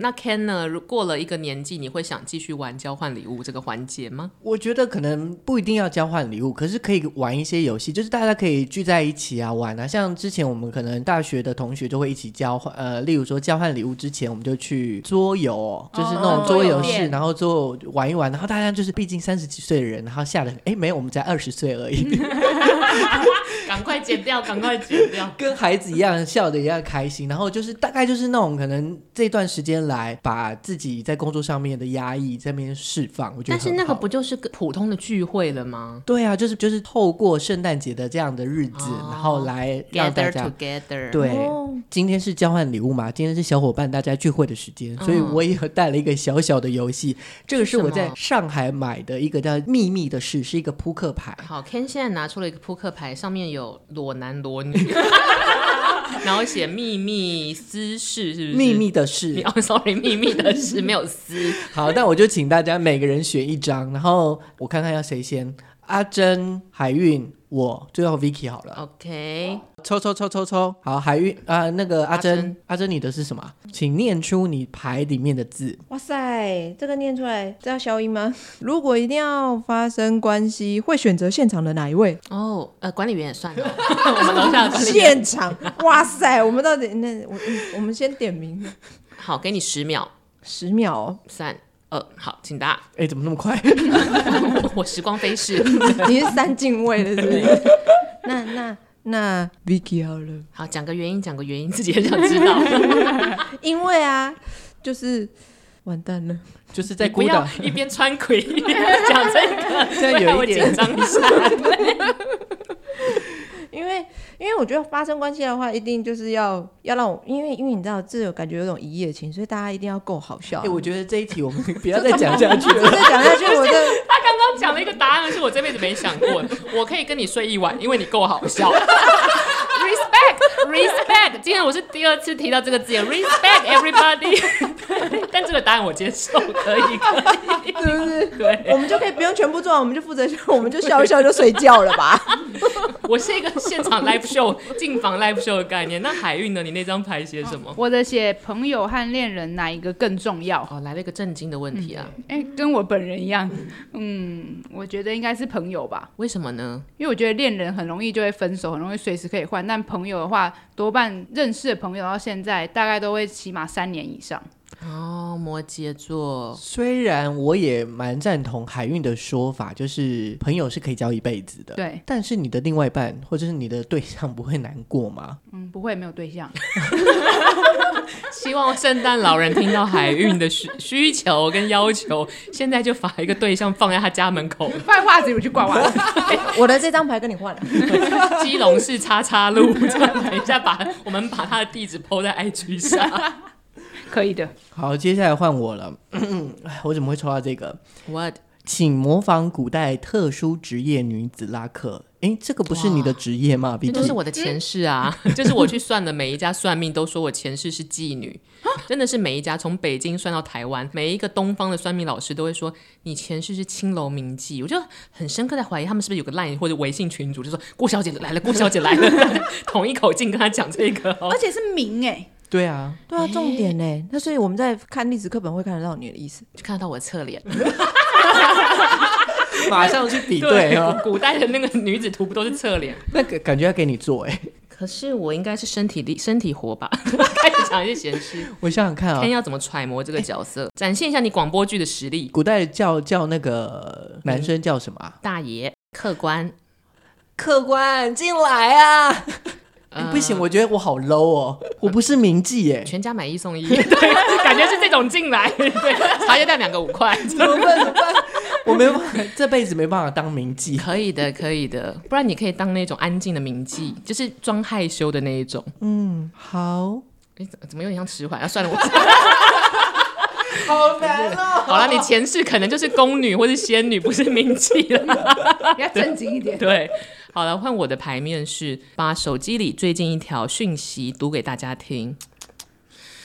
那 Ken 呢？如过了一个年纪，你会想继续玩交换礼物这个环节吗？我觉得可能不一定要交换礼物，可是可以玩一些游戏，就是大家可以聚在一起啊玩啊。像之前我们可能大学的同学就会一起交换，呃，例如说交换礼物之前，我们就去桌游哦，就是那种桌游桌游室，店然后桌游玩一玩，然后大家就是毕竟三十几岁的人，然后吓得哎没有，我们才二十岁而已， 赶快剪掉，赶快剪掉。跟孩子一样笑的一样开心，然后就是大概就是那种可能这段时间来把自己在工作上面的压抑在那边释放，我觉得但是很那个好不就是个普通的聚会了吗对啊，就是就是透过圣诞节的这样的日子，哦然后来让大？Gather 家 together，对。哦今天是交换礼物嘛，今天是小伙伴大家聚会的时间，嗯所以我也有带了一个小小的游戏，这个是我是什在么上海买的一个叫《秘密的事》，是一个扑克牌。好，Ken 现在拿出了一个扑克牌，上面有裸男裸女， 然后写秘密私事，是不是？秘密的你事，哦，sorry，秘密的事没有私。好，那我就请大家每个人选一张，然后我看看要谁先。阿珍、海运，我最后 Vicky 好哦了， OK，抽抽抽抽抽，好，海运啊、那个阿阿珍珍，阿珍你的是什么？请念出你牌里面的字。 哇塞，这个念出来，这要消音吗？如果一定要发生关系，会选择现场的哪一位？哦，呃，管理员也算 了，我们楼下的管理员。现场，哇塞，我们到底那我我们先点名好，给你十秒，十秒、哦， 三二，好，请答。 哎、怎么那么快？我我时光飞逝。你是三进位的，是 不是？那那那 Vicky 好了，好，讲个原因，讲个原因，自己也想知道。因为啊，就是完蛋了，就是在你不孤要岛，一边穿鬼一边 讲这个，这样让有我一点紧 张一下。因为因为我觉得发生关系的话，一定就是要要让我，因为因为你知道，这有感觉有种一夜情，所以大家一定要够好笑。啊哎、我觉得这一题我们 不要再讲下去我了。再讲下去，我 这他刚刚讲了一个答案，是我这辈子没想过的。我可以跟你睡一晚，因为你够好笑。respect, respect。今天我是第二次提到这个字眼，respect everybody 。 但这个答案我接受，可以，可以。是不是？对 我们就可以不用全部做完，我们就负责，我们就笑一笑就睡觉了吧？我是一个现场 live show、进房 live show 的概念。那海运呢？你那张牌写什么？我的写朋友和恋人哪一个更重要？ 哦，来了一个震惊的问题嗯啊！哎、跟我本人一样，嗯，我觉得应该是朋友吧，为什么呢？因为我觉得恋人很容易就会分手，很容易随时可以换，但朋友的话，多半认识的朋友到现在大概都会起码三年以上。哦，摩羯座，虽然我也蛮赞同海运的说法，就是朋友是可以交一辈子的。。对，但是你的另外一半或者是你的对象不会难过吗？嗯，不会没有对 象。希望圣诞老人听到海运的需需求跟要求，现在就把一个对象放在他家门口，换袜子我去挂袜子， 我的这张牌跟你换了，基隆市叉叉路，这样等一下把我们把他的地址 PO 在 IG 上。可以的。好，接下来换我了。 哎我怎么会抽到这个？ What？请模仿古代特殊职业女子拉客。哎，这个不是你的职业吗？这比就是我的前世啊！就是我去算的，每一家算命都说我前世是妓女，真的是每一家从北京算到台湾，每一个东方的算命老师都会说你前世是青楼名妓。我就很深刻的怀疑他们是不是有个 LINE 或者微信群主，就说郭小姐来了，郭小姐来了， 同一口径跟他讲这个、哦而。且是名哎、 对啊，对啊，重点呢、那所以我们在看历史课本会看得到你的意思。就看到我的侧脸，马上去 比对哦。古古代的那个女子图不都是侧脸？那个感觉要给你做哎、可是我应该是身体力身体活吧， 开始讲一些闲 事，我想想看啊、看要怎么揣摩这个角色， 展现一下你广播剧的实力。古代叫叫那个男生叫什么、啊？大爷，客官，客官进来啊！呃不行，我觉得我好 low 哦，我不是名妓耶，全家买一 送一，对，感觉是这种进 来，对，茶叶蛋两个五块，怎么办？怎么办？ 我没办法，这辈子没办法当名妓。可以的，可以的，不然你可以当那种安静的名妓，就是装害羞的那一种。嗯，好，哎，怎怎么有点像迟缓啊？算 了，我好难哦。 好了，你前世可能就是宫女或是仙女，不是名妓了。比较正经一点。对，好了，换我的牌面是把手机里最近一条讯息读给大家听。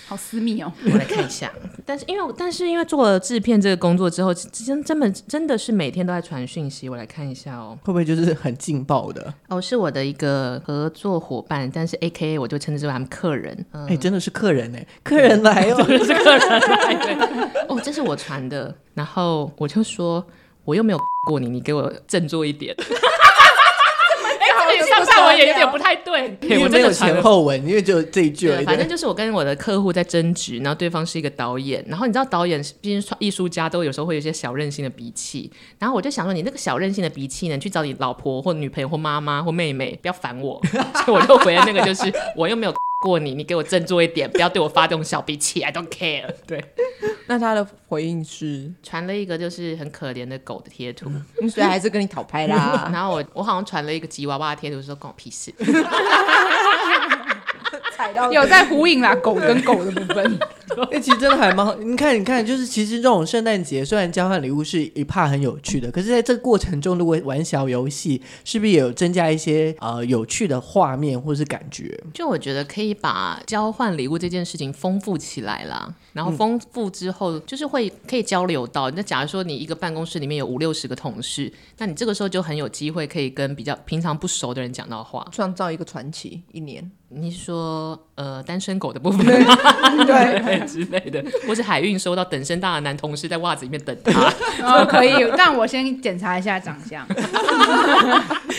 好私密 哦。我来看一下。 但是因为我但是因为做了制片这个工作之后，真真本真的是每天都在传讯息。我来看一下哦，会不会就是很劲爆的？哦是我的一个合作伙伴，但是 A K A 我就称之为他们客人。嗯哎、，真的是客人哎、客人来哦， 是客人来的。哦，这是我传的，然后我就说我又没有 过你，你给我振作一 点。哎，这个有上下文也有点不太对，因为我没真有的传前了后文，因为只有这一句而对，已。反正就是我跟我的客户在争执，然后对方是一个导演，然后你知道导演是毕竟是艺术家，都有时候会有一些小任性的脾气，然后我就想说，你那个小任性的脾气呢，你去找你老婆或女朋友或妈妈或妹妹，不要烦 我。所以我就回了那个，就是我又没有 过你，你给我振作一点，不要对我发这种小脾气，I don't care。对，那他的回应是，传了一个就是很可怜的狗的贴 图，嗯所以还是跟你讨拍啦，啊 然后我我好像传了一个吉娃娃的贴图，说关我屁事。踩到有在呼应啦，狗跟 狗的部分。 哎、其实真的还蛮好。你看，你看，就是其实这种圣诞节虽然交换礼物是一 part 很有趣的，可是在这个过程中，如果玩小游戏，是不是也有增加一些呃有趣的画面或是感觉？就我觉得可以把交换礼物这件事情丰富起来啦，然后丰富之后就是会可以交流到。那假如说你一个办公室里面有五六十个同事，那你这个时候就很有机会可以跟比较平常不熟的人讲到话。创造一个传奇一年，你是说呃单身狗的部 分吗，对之类的，或是海运收到等身大的男同事在袜子里面等他，哦，可以，让我先检查一下长相，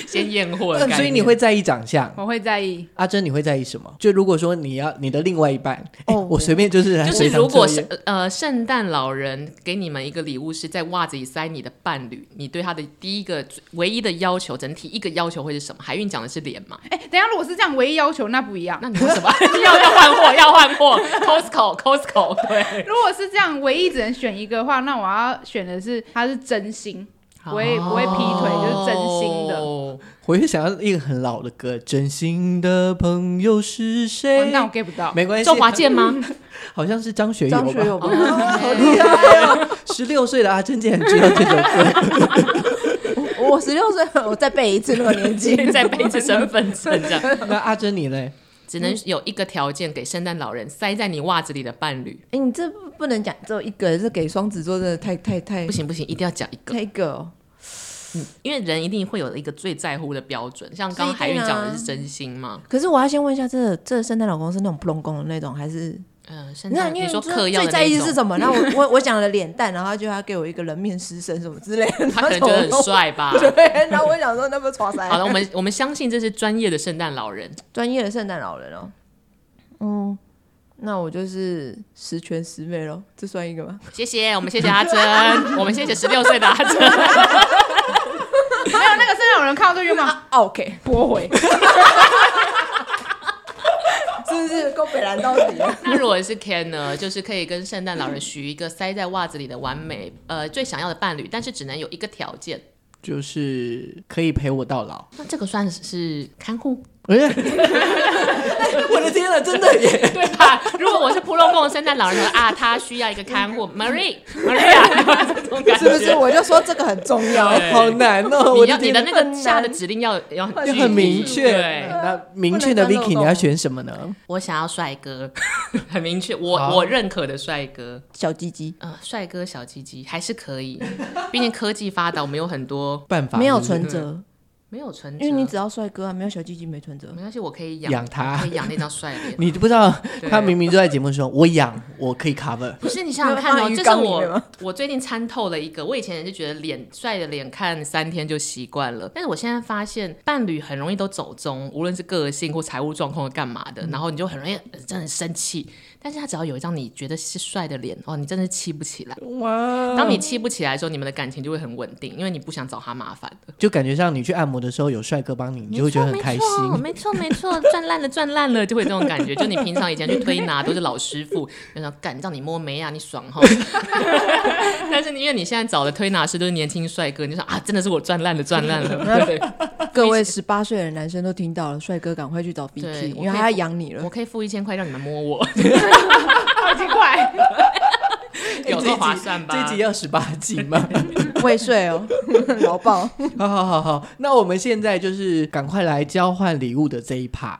先验货的概那念。嗯 所以你会在意长相？我会在意。阿珍，你会在意什么？就如果说你要你的另外一半，哎哦我随便就是来就是随堂如果测是验呃圣诞老人给你们一个礼物是在袜子里塞你的伴侣，你对他的第一个唯一的要求，整体一个要求会是什么？海运讲的是脸嘛？哎、等一下，如果是这样唯一要求，那不一样。那你为什么 要要换货？要换货？Costco Costco 对， 如果是这样唯一只能选一个的话，那我要选的是他是真心，不会不会劈腿，就是真心的。哦我就想要一个很老的歌，《真心的朋友是哦谁那我》。get 不到。没关系周，华健 吗？好像是张学友张学吧。 友吧，十六岁的阿珍竟然知道这首歌，我十六岁，我再背一次那个年 纪，再背一次身份证这样，那阿珍你嘞？只能有一个条件给圣诞老人塞在你袜子里的伴侣，哎、你这不不能讲只有一个，这给双子座真的太太太不行不行，一定要讲一个。太一个、哦。因为人一定会有一个最在乎的标准，像刚刚海啊运讲的是真心嘛，可是我要先问一下，这这圣诞老公是那种不隆功的那种，还是嗯、现那在因你为说最嗑药最的在那意一的是种，什么？然后我我我讲了脸蛋，然后他就要给我一个人面狮身什么之类的，他可能觉得很帅 吧。然后 对，然后我想说那不耍塞。好了，我们我们相信这是专业的圣诞老人，专业的圣诞老人哦，嗯，那我就是十全十美咯，这算一个吗？ 谢谢，我们谢谢 阿珍，我们谢谢十六岁的阿珍， 没有那个圣诞老人看到这个愿望啊啊 OK，驳回， 是不是够北蓝到 底了？那如果是 Ken 呢，就是可以跟圣诞老人许一个塞在袜子里的完美，呃，最想要的伴侣，但是只能有一个条件，就是可以陪我到老。那这个算是看护 哎，我的啊天呐，真的耶！对吧？如果我是扑隆贡的圣诞老人啊，他需要一个看 护，Marie Maria 这种感是不觉是？。我就说这个很重要。好难哦，你我要你天的呐，那个很下的难指令要要很就具很明体确。对，那明确的不能当 Vicky，漏你要洞选什么呢？我想要帅哥， 很明确，我好我认可的帅哥，小鸡鸡呃，帅哥小鸡鸡还是可以，毕竟科技发达，我们有很多办法没有是不是存折，没有存折，因为你只要帅哥啊，没有小鸡鸡没存折。没关系，我可以养养他我可以养那张帅脸。你都不知道，对他明明就在节目说，我养，我可以 cover。不是你想想看没哦，有这放在鱼是缸里面我吗我最近参透了一个，我以前也是觉得脸帅的脸看三天就习惯了，但是我现在发现伴侣很容易都走中，无论是个性或财务状况或干嘛嗯的，然后你就很容易呃真的很生气。但是他只要有一张你觉得是帅的脸哦，你真的是气不起来。哇！当你气不起来的时候，你们的感情就会很稳定，因为你不想找他麻烦的。就感觉上你去按摩的时候有帅哥帮你，你就会觉得很开心。没错没错，赚烂了赚烂了，就会有这种感觉。就你平常以前去推拿都是老师傅，就说干让你摸眉啊，你爽哈。 但是因为你现在找的推拿师都是年轻帅哥，你就说啊，真的是我赚烂了赚烂 了。对各位十八岁的男生都听到了，帅哥赶快去找 B 对 K，我因为可以他要养你了我。可以付一千块让你们摸 我，好奇怪。 有这够一集划算吧？这一集要十八集 吗？未睡哦， 老鸨。好好好好，那我们现在就是赶快来交换礼物的这一趴。